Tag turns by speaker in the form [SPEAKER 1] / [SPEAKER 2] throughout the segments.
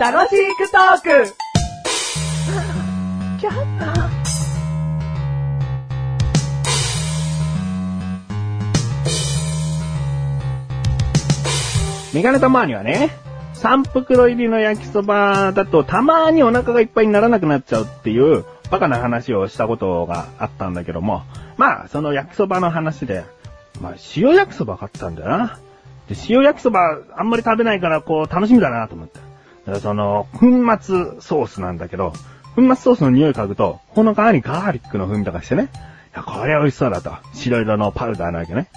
[SPEAKER 1] 楽しくトーク
[SPEAKER 2] メガネたまにはね、3袋入りの焼きそばだとたまにお腹がいっぱいにならなくなっちゃうっていうバカな話をしたことがあったんだけども、まあ、その焼きそばの話で、まあ、塩焼きそば買ったんだよな。で、塩焼きそばあんまり食べないからこう楽しみだなと思って。だからその、粉末ソースなんだけど、粉末ソースの匂い嗅ぐと、この皮にガーリックの風味とかしてね。いや、これ美味しそうだと。白色のパウダーなわけね。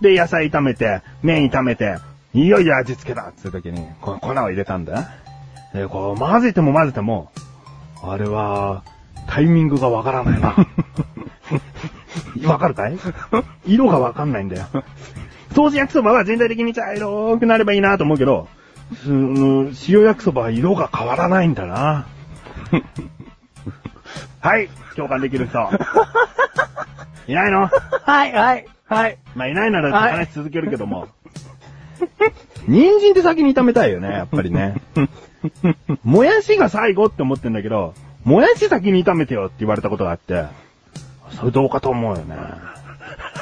[SPEAKER 2] で、野菜炒めて、麺炒めて、いよいよ味付けだっていう時に、この粉を入れたんだ。で、こう、混ぜても混ぜても、あれは、タイミングがわからないな。わかるかい色がわかんないんだよ。当時焼きそばは全体的に茶色くなればいいなと思うけど、その塩焼きそばは色が変わらないんだな。 はい、共感できる 人。いないの
[SPEAKER 1] はい、はい、はい。
[SPEAKER 2] まあ、いないなら
[SPEAKER 1] はい
[SPEAKER 2] 話し続けるけども。人参って先に炒めたいよね、やっぱりね。 もやしが最後って思ってんだけど、もやし先に炒めてよって言われたことがあって、それどうかと思うよね。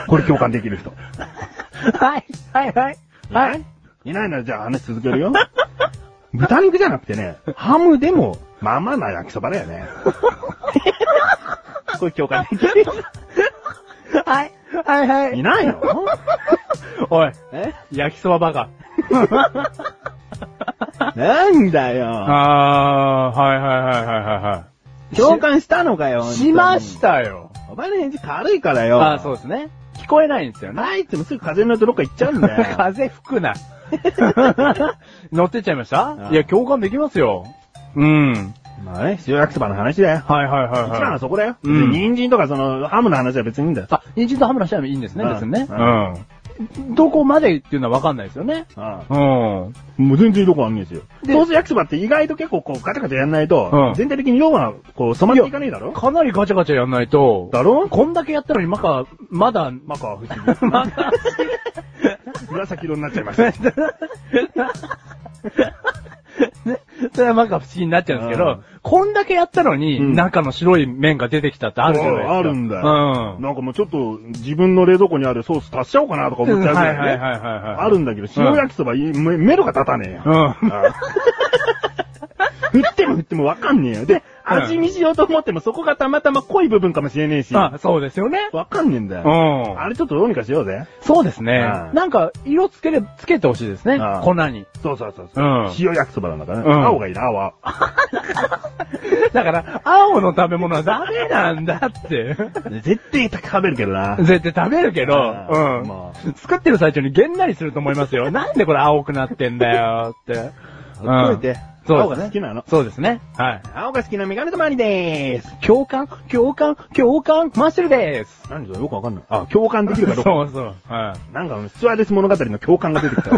[SPEAKER 2] これ共感できる人。
[SPEAKER 1] はい、はい、はい。はい。
[SPEAKER 2] いないならじゃあ話続けるよ。 豚肉じゃなくてね、ハムでも、まあまあな焼きそばだ よね。これ共感できる人。
[SPEAKER 1] はい、はい、はい
[SPEAKER 2] い。ないの
[SPEAKER 3] おい、
[SPEAKER 2] え
[SPEAKER 3] 焼きそばバカ。
[SPEAKER 2] なんだよ。
[SPEAKER 3] あー、はいはいはいはいはいは
[SPEAKER 2] 共感したのかよ。。
[SPEAKER 3] い。しましたたよ。
[SPEAKER 2] お前の返事軽いからよ。
[SPEAKER 3] あー、そうですね。聞こえないんですよね。
[SPEAKER 2] ないってもすぐ風に乗ってどっか行っちゃうんだ よ。
[SPEAKER 3] 風吹くな。乗ってっちゃいました
[SPEAKER 2] うん
[SPEAKER 3] いや、共感できますよ。うん。
[SPEAKER 2] まあね、塩焼きそばの話だよ。
[SPEAKER 3] はいはいはい
[SPEAKER 2] 一番
[SPEAKER 3] は。
[SPEAKER 2] はいそこだよ。
[SPEAKER 3] うん
[SPEAKER 2] 人参とかその、ハムの話は別にいいんだよ。
[SPEAKER 3] あ、人参とハムラしてもいいんですね、
[SPEAKER 2] うん
[SPEAKER 3] 別にね。
[SPEAKER 2] う
[SPEAKER 3] うん。どこまでっていうのはわかんないですよね。
[SPEAKER 2] あ
[SPEAKER 3] うん。
[SPEAKER 2] あもう全然色があんねえしよ。
[SPEAKER 3] で
[SPEAKER 2] ソース焼きそばって意外と結構こうガチャガチャやんないと、
[SPEAKER 3] うん
[SPEAKER 2] 全体的に色がこう染まっていかねえだろ
[SPEAKER 3] かなりガチャガチャやんないと、
[SPEAKER 2] だろ
[SPEAKER 3] こんだけやったのにまか、まだ、
[SPEAKER 2] マカは不思議。紫色になっちゃいました。
[SPEAKER 3] ね、それはまか不思議になっちゃうんですけど、
[SPEAKER 2] うん
[SPEAKER 3] こんだけやったのに、
[SPEAKER 2] うん
[SPEAKER 3] 中の白い面が出てきたってあるじゃないですか。
[SPEAKER 2] あるんだよ
[SPEAKER 3] うん。
[SPEAKER 2] なんかもうちょっと自分の冷蔵庫にあるソース足しちゃおうかなとか思っちゃうぐ
[SPEAKER 3] は
[SPEAKER 2] ら
[SPEAKER 3] いはいい
[SPEAKER 2] ね。
[SPEAKER 3] はいはいはい。
[SPEAKER 2] あるんだけど、塩焼きそば、いめ目ロが立たねえよ。
[SPEAKER 3] うん。
[SPEAKER 2] 振っても振ってもわかんねえよ。で、
[SPEAKER 3] うん
[SPEAKER 2] 味見しようと思ってもそこがたまたま濃い部分かもしれねえし、わ
[SPEAKER 3] あ、そうですよね。
[SPEAKER 2] かんねえん
[SPEAKER 3] う
[SPEAKER 2] だよ。
[SPEAKER 3] ん。
[SPEAKER 2] あれちょっとどうにかしようぜ。
[SPEAKER 3] そうですね。
[SPEAKER 2] うん
[SPEAKER 3] なんか、色つけれ、つけてほしいですね
[SPEAKER 2] うん。
[SPEAKER 3] 粉に。
[SPEAKER 2] そうそうそうそうう。
[SPEAKER 3] ん。
[SPEAKER 2] 塩焼きそばなんだからね。
[SPEAKER 3] うん
[SPEAKER 2] 青がいいな、青。
[SPEAKER 3] だから、青の食べ物はダメなんだって。
[SPEAKER 2] 絶対食べるけどな。
[SPEAKER 3] 絶対食べるけど、
[SPEAKER 2] うん
[SPEAKER 3] うん
[SPEAKER 2] ま。
[SPEAKER 3] 作ってる最中にげんなりすると思います よ。なんでこれ青くなってんだよって。
[SPEAKER 2] ほっといて。
[SPEAKER 3] そう
[SPEAKER 2] 青が好きなの。
[SPEAKER 3] そうですね。はい。
[SPEAKER 2] 青が好きなメガネたまりでーす。
[SPEAKER 3] 共感、共感、共感、マッシュルです。
[SPEAKER 2] 何それよくわかんない。あ、共感できるかどうか。
[SPEAKER 3] そうそう。は
[SPEAKER 2] なんか、スチュワーデス物語 の共感が出てきた。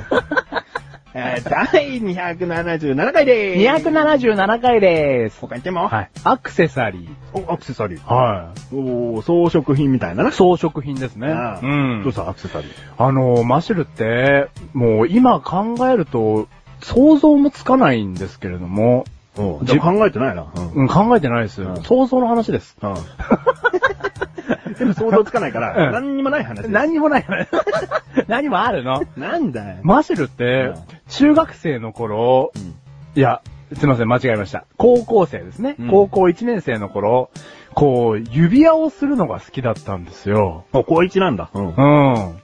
[SPEAKER 2] えー第277回
[SPEAKER 3] い。
[SPEAKER 2] でーす。
[SPEAKER 3] 277回です。
[SPEAKER 2] 他行っても
[SPEAKER 3] はい。アクセサリ
[SPEAKER 2] おアクセサリー。
[SPEAKER 3] ー。は
[SPEAKER 2] おー装飾品みたいなな。
[SPEAKER 3] 装飾品ですね。
[SPEAKER 2] ああ
[SPEAKER 3] うん
[SPEAKER 2] どう。したアクセサリー。
[SPEAKER 3] あの、マシュルって、もう今考えると、想像もつかないんですけれども、
[SPEAKER 2] おじゃあ考えてないな。う
[SPEAKER 3] うん、考えてないです
[SPEAKER 2] うん。
[SPEAKER 3] 想像の話です。
[SPEAKER 2] ん。でも想像つかないから、
[SPEAKER 3] うん
[SPEAKER 2] 何にもない話。
[SPEAKER 3] 何にもないよね。 何もあるの
[SPEAKER 2] なんだよ。
[SPEAKER 3] マシュルって
[SPEAKER 2] うん、
[SPEAKER 3] 中学生の頃、
[SPEAKER 2] うん
[SPEAKER 3] いや、すいません、間違えました。高校生ですね。
[SPEAKER 2] うん
[SPEAKER 3] 高校1年生の頃、こう、指輪をするのが好きだったんですよ。
[SPEAKER 2] お、高一なんだ。うん。
[SPEAKER 3] うん。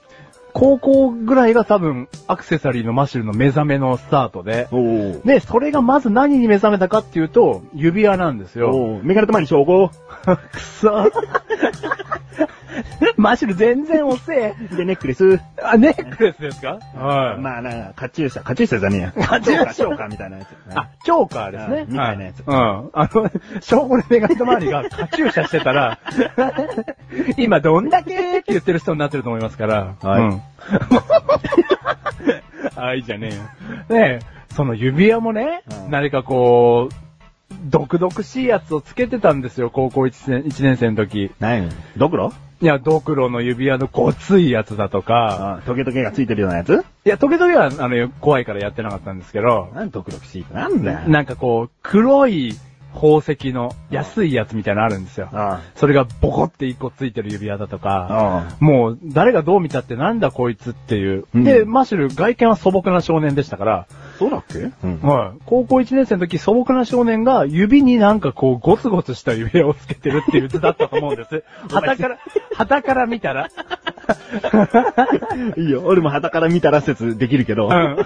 [SPEAKER 3] 高校ぐらいが多分、アクセサリーのマシュルの目覚めのスタートで、
[SPEAKER 2] おー
[SPEAKER 3] で、それがまず何に目覚めたかっていうと、指輪なんですよ。
[SPEAKER 2] おーメガネと前に証拠。
[SPEAKER 3] く そ。マシュル全然遅え。
[SPEAKER 2] で、ネックレス。
[SPEAKER 3] あ、ネックレスですかはい。
[SPEAKER 2] まあなんか、カチューシャ。カチューシャじゃねえや。
[SPEAKER 3] カチューシャ
[SPEAKER 2] チョーカーみたいなやつ。
[SPEAKER 3] あ、チョーカーですね。
[SPEAKER 2] うんみたいなやつ
[SPEAKER 3] はいうん。あの、小5のメガネと周りがカチューシャしてた ら、今どんだけって言ってる人になってると思いますから。
[SPEAKER 2] は い
[SPEAKER 3] うん。はい、じゃねえよ。ねえ、その指輪もね
[SPEAKER 2] う、ん
[SPEAKER 3] 何かこう、毒々しいやつをつけてたんですよ、高校1年 ,1 年生の時。
[SPEAKER 2] 何ドクロ
[SPEAKER 3] いや、ドクロの指輪のごついやつだとか、
[SPEAKER 2] あトゲトゲがついてるようなやつ
[SPEAKER 3] いや、時々は、あの、怖いからやってなかったんですけど、
[SPEAKER 2] 何ドクロしいってなんだよ。
[SPEAKER 3] なんかこう、黒い宝石の安いやつみたいなのあるんですよ。
[SPEAKER 2] あ
[SPEAKER 3] それがボコって一個ついてる指輪だと
[SPEAKER 2] あ。
[SPEAKER 3] か、
[SPEAKER 2] ああ。
[SPEAKER 3] もう誰がどう見たってなんだこいつっていう。
[SPEAKER 2] うん
[SPEAKER 3] で、マシュル外見は素朴な少年でしたから、
[SPEAKER 2] そうだっけうん。
[SPEAKER 3] はい、高校1年生の時素朴な少年が指になんかこうゴツゴツした指輪をつけてるっていう図だったと思うん です。旗から、旗から見 たら。
[SPEAKER 2] いいよ、俺も旗から見たら説できるけ ど。
[SPEAKER 3] うん。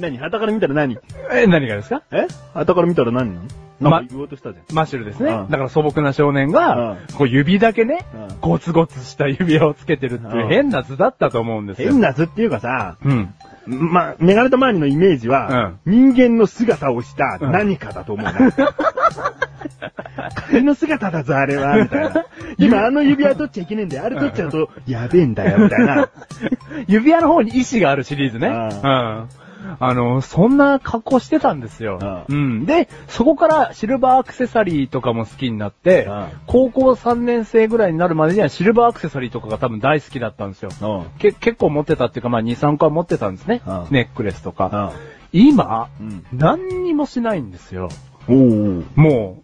[SPEAKER 2] 何旗から見たら何
[SPEAKER 3] え、何がですか
[SPEAKER 2] え旗から見たら何なのなんか言おうとしたじゃん。
[SPEAKER 3] マシュルですね。
[SPEAKER 2] うん
[SPEAKER 3] だから素朴な少年が、こう指だけね、
[SPEAKER 2] うん
[SPEAKER 3] ゴツゴツした指輪をつけてるっていううん変な図だったと思うんですよ。
[SPEAKER 2] 変な図っていうかさ、
[SPEAKER 3] うん。
[SPEAKER 2] ま、メガネた周りのイメージは、人間の姿をした何かだと 思うな。彼の姿だぞ、あれは、みたい な。今、あの指輪取っちゃいけねえんだよ。あれ取っちゃうと、やべえんだよ、みたいな。
[SPEAKER 3] 指輪の方に意志があるシリーズね。
[SPEAKER 2] う
[SPEAKER 3] うんん。あの、そんな格好してたんですよ。
[SPEAKER 2] う
[SPEAKER 3] うん。で、そこからシルバーアクセサリーとかも好きになって
[SPEAKER 2] うん、
[SPEAKER 3] 高校3年生ぐらいになるまでにはシルバーアクセサリーとかが多分大好きだったんですよ。
[SPEAKER 2] うん。
[SPEAKER 3] け結構持ってたっていうか、まあ2、3個は持ってたんですね
[SPEAKER 2] うん。
[SPEAKER 3] ネックレスとか。
[SPEAKER 2] う
[SPEAKER 3] 今、
[SPEAKER 2] ん。
[SPEAKER 3] 何にもしないんですよ。
[SPEAKER 2] うん。
[SPEAKER 3] も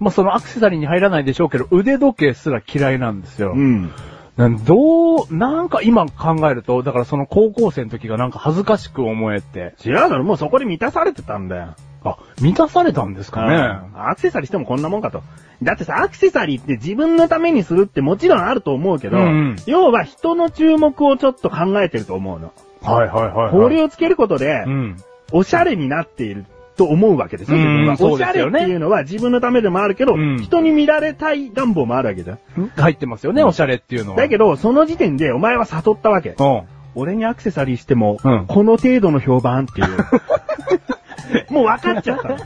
[SPEAKER 3] う、まあ、そのアクセサリーに入らないでしょうけど、腕時計すら嫌いなんですよ。
[SPEAKER 2] おうん。
[SPEAKER 3] なんどう、なんか今考えると、だからその高校生の時がなんか恥ずかしく思えて、
[SPEAKER 2] 違うだろ、もうそこで満たされてたんだよ。
[SPEAKER 3] あ、満たされたんですかね。
[SPEAKER 2] アクセサリーしてもこんなもんかと。だってさ、アクセサリーって自分のためにするってもちろんあると思うけど、
[SPEAKER 3] うんうん
[SPEAKER 2] 要は人の注目をちょっと考えてると思うの。
[SPEAKER 3] はいはいはい、
[SPEAKER 2] これをつけることで
[SPEAKER 3] う、ん。
[SPEAKER 2] おしゃれになっていると思うわけですよ、自分
[SPEAKER 3] う
[SPEAKER 2] は
[SPEAKER 3] ん。そ
[SPEAKER 2] お
[SPEAKER 3] う
[SPEAKER 2] し
[SPEAKER 3] で
[SPEAKER 2] ゃ
[SPEAKER 3] す
[SPEAKER 2] れっ
[SPEAKER 3] よ
[SPEAKER 2] て
[SPEAKER 3] ね
[SPEAKER 2] いうのは自分のためでもあるけど、
[SPEAKER 3] うん
[SPEAKER 2] 人に見られたい願望もあるわけだよ。
[SPEAKER 3] 入ってますよね、おしゃれっていうのは。
[SPEAKER 2] だけど、その時点でお前は悟ったわけ。
[SPEAKER 3] ど、
[SPEAKER 2] 俺にアクセサリーしても、
[SPEAKER 3] うん
[SPEAKER 2] この程度の評判っ ていう。もう分かっちゃったの。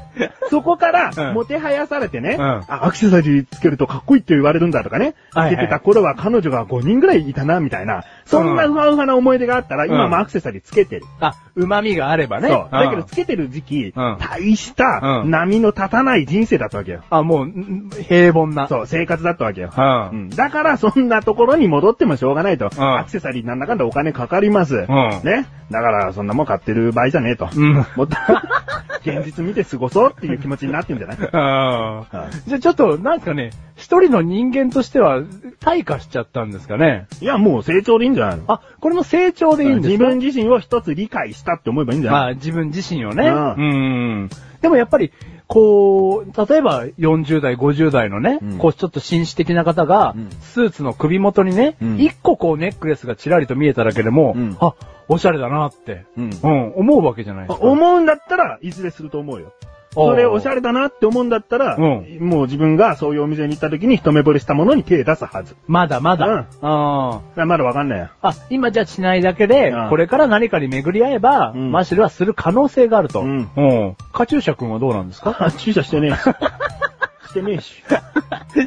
[SPEAKER 2] そこから、
[SPEAKER 3] うん
[SPEAKER 2] もてはやされてね、
[SPEAKER 3] うん
[SPEAKER 2] あアクセサリーつけるとかっこいいって言われるんだとかね、
[SPEAKER 3] はいはい
[SPEAKER 2] つけてた頃は彼女が5人ぐらいいたな、みたいな。そんな
[SPEAKER 3] うん
[SPEAKER 2] うわうわな思い出があったら、今もアクセサリーつけてる。
[SPEAKER 3] うん。あ、旨味があればね。
[SPEAKER 2] そう。だけど、
[SPEAKER 3] ん
[SPEAKER 2] つけてる時期、
[SPEAKER 3] うん
[SPEAKER 2] 大した
[SPEAKER 3] うん
[SPEAKER 2] 波の立たない人生だったわけよ。
[SPEAKER 3] あ、もう、ん平凡な。
[SPEAKER 2] そう、生活だったわけよ。
[SPEAKER 3] うん。
[SPEAKER 2] うんだから、そんなところに戻ってもしょうがないと。
[SPEAKER 3] うん
[SPEAKER 2] アクセサリーなんだかんだお金かかります。
[SPEAKER 3] ん
[SPEAKER 2] ね。だから、そんなもん買ってる場合じゃねえと。
[SPEAKER 3] うん。うん。
[SPEAKER 2] もっと、 現実見て過ごそうっていう気持ちになってんじゃない
[SPEAKER 3] じゃあちょっと、なんすかね、一人の人間としては、退化しちゃったんですかね。
[SPEAKER 2] いや、もう成長でいいんじゃないの
[SPEAKER 3] あ、これも成長でいいんです
[SPEAKER 2] 自
[SPEAKER 3] か
[SPEAKER 2] 分自身を一つ理解したって思えばいいんじゃ
[SPEAKER 3] ま
[SPEAKER 2] ない
[SPEAKER 3] あ自分自身をね。
[SPEAKER 2] う
[SPEAKER 3] うんん。でもやっぱり、こう、例えば40代、50代のね、
[SPEAKER 2] うん
[SPEAKER 3] こうちょっと紳士的な方が、
[SPEAKER 2] うん
[SPEAKER 3] スーツの首元にね、
[SPEAKER 2] うん
[SPEAKER 3] 一個こうネックレスがちらりと見えただけでも、
[SPEAKER 2] うん
[SPEAKER 3] あ、おしゃれだなって、
[SPEAKER 2] うん
[SPEAKER 3] うん、思うわけじゃない
[SPEAKER 2] あ
[SPEAKER 3] ですか。
[SPEAKER 2] 思うんだったら、いずれすると思うよ。それおしゃ
[SPEAKER 3] れ。
[SPEAKER 2] れだなって思うんだったら、
[SPEAKER 3] うん
[SPEAKER 2] もう自分がそういうお店に行った時に一目惚れしたものに手出すはず。
[SPEAKER 3] まだまだ。
[SPEAKER 2] うん
[SPEAKER 3] あー
[SPEAKER 2] だからまだわかんないよ。
[SPEAKER 3] あ、今じゃしないだけで、
[SPEAKER 2] うん
[SPEAKER 3] これから何かに巡り合えば、
[SPEAKER 2] うん
[SPEAKER 3] マシルはする可能性があると。
[SPEAKER 2] うん
[SPEAKER 3] うん。カチューシャ君はどうなんですか
[SPEAKER 2] あ注射してねえし。してねえ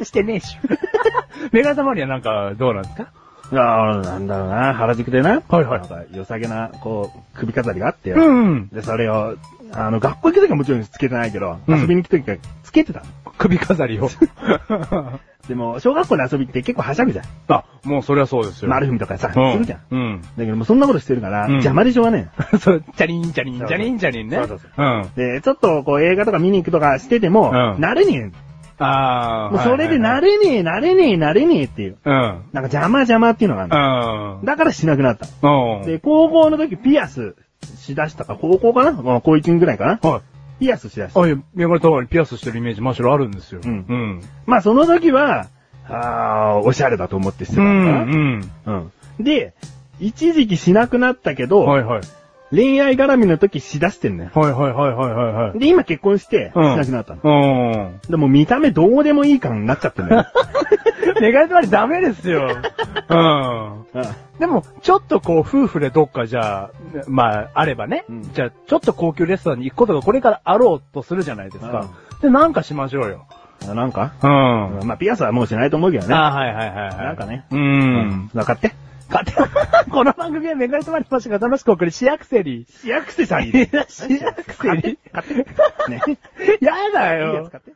[SPEAKER 2] し。
[SPEAKER 3] してねえし。 メガネたまりはなんかどうなんですか
[SPEAKER 2] いや、なんだろうな、原宿でな。
[SPEAKER 3] はいはい
[SPEAKER 2] なんか良さげな、こう、首飾りがあってよ。
[SPEAKER 3] うん。
[SPEAKER 2] で、それを、あの、学校行くときはもちろんつけてないけど、
[SPEAKER 3] うん
[SPEAKER 2] 遊びに行くときはつけてたの。
[SPEAKER 3] 首飾り を。
[SPEAKER 2] でも、小学校の遊びって結構はしゃぐじゃん。
[SPEAKER 3] あ、もうそりゃそうですよ。
[SPEAKER 2] 丸踏みとかさ、
[SPEAKER 3] うん。
[SPEAKER 2] するじゃん。だ
[SPEAKER 3] うん。
[SPEAKER 2] けどもうそんなことしてるから、
[SPEAKER 3] うん
[SPEAKER 2] 邪魔でしょうがねえ。
[SPEAKER 3] そう、チャリンチャリン、チャリンチャリンね。。
[SPEAKER 2] そうそうそう
[SPEAKER 3] ん。
[SPEAKER 2] で、ちょっとこう映画とか見に行くとかしてても、
[SPEAKER 3] うん
[SPEAKER 2] 慣れねえ。
[SPEAKER 3] あー。
[SPEAKER 2] もうそれで慣
[SPEAKER 3] る。
[SPEAKER 2] れねえ、慣れねえ、慣れねえっていう。
[SPEAKER 3] うん。
[SPEAKER 2] なんか邪魔邪魔っていうのがあるの
[SPEAKER 3] うん。
[SPEAKER 2] だからしなくなった。
[SPEAKER 3] うん。
[SPEAKER 2] で、高校の時ピアスしだしたか、高校かなまあ高1ぐらいかな
[SPEAKER 3] はい。
[SPEAKER 2] ピアスしだした。
[SPEAKER 3] あ、いや、メガネたまりピアスしてるイメージ、マシュルあるんですよ。
[SPEAKER 2] うん
[SPEAKER 3] うん。
[SPEAKER 2] まあその時は、ああ、おしゃれだと思ってして
[SPEAKER 3] う
[SPEAKER 2] たのかな。
[SPEAKER 3] ん。うん。
[SPEAKER 2] うん。で、一時期しなくなったけど、
[SPEAKER 3] はいはい。
[SPEAKER 2] 恋愛絡みの時しだしてんのよ。
[SPEAKER 3] はいはいはいはいはい はい。
[SPEAKER 2] で、今結婚して、し
[SPEAKER 3] うん
[SPEAKER 2] なくなったの。
[SPEAKER 3] うん。
[SPEAKER 2] でも見た目どうでもいい感になっちゃってんだよ。
[SPEAKER 3] メガネたまりダメですよ。うん。
[SPEAKER 2] う
[SPEAKER 3] でも、ちょっとこう、夫婦でどっかじゃあ、まあ、あればね、
[SPEAKER 2] うん
[SPEAKER 3] じゃあ、ちょっと高級レストランに行くことがこれからあろうとするじゃないですか。で、なんかしましょうよ。
[SPEAKER 2] んあ。なんか
[SPEAKER 3] うん。
[SPEAKER 2] まあピアスはもうしないと思うけどね。
[SPEAKER 3] あはいはいはいはい。
[SPEAKER 2] なんかね
[SPEAKER 3] う。
[SPEAKER 2] うん分かって。勝てよ。
[SPEAKER 3] この番組はめがれとまりましたが楽しくお送り、市役所に。
[SPEAKER 2] 市役所さんに。
[SPEAKER 3] 市役所
[SPEAKER 2] 勝
[SPEAKER 3] に
[SPEAKER 2] て。。勝て。ね。
[SPEAKER 3] やだ
[SPEAKER 2] いいや
[SPEAKER 3] よ
[SPEAKER 2] つ。買って。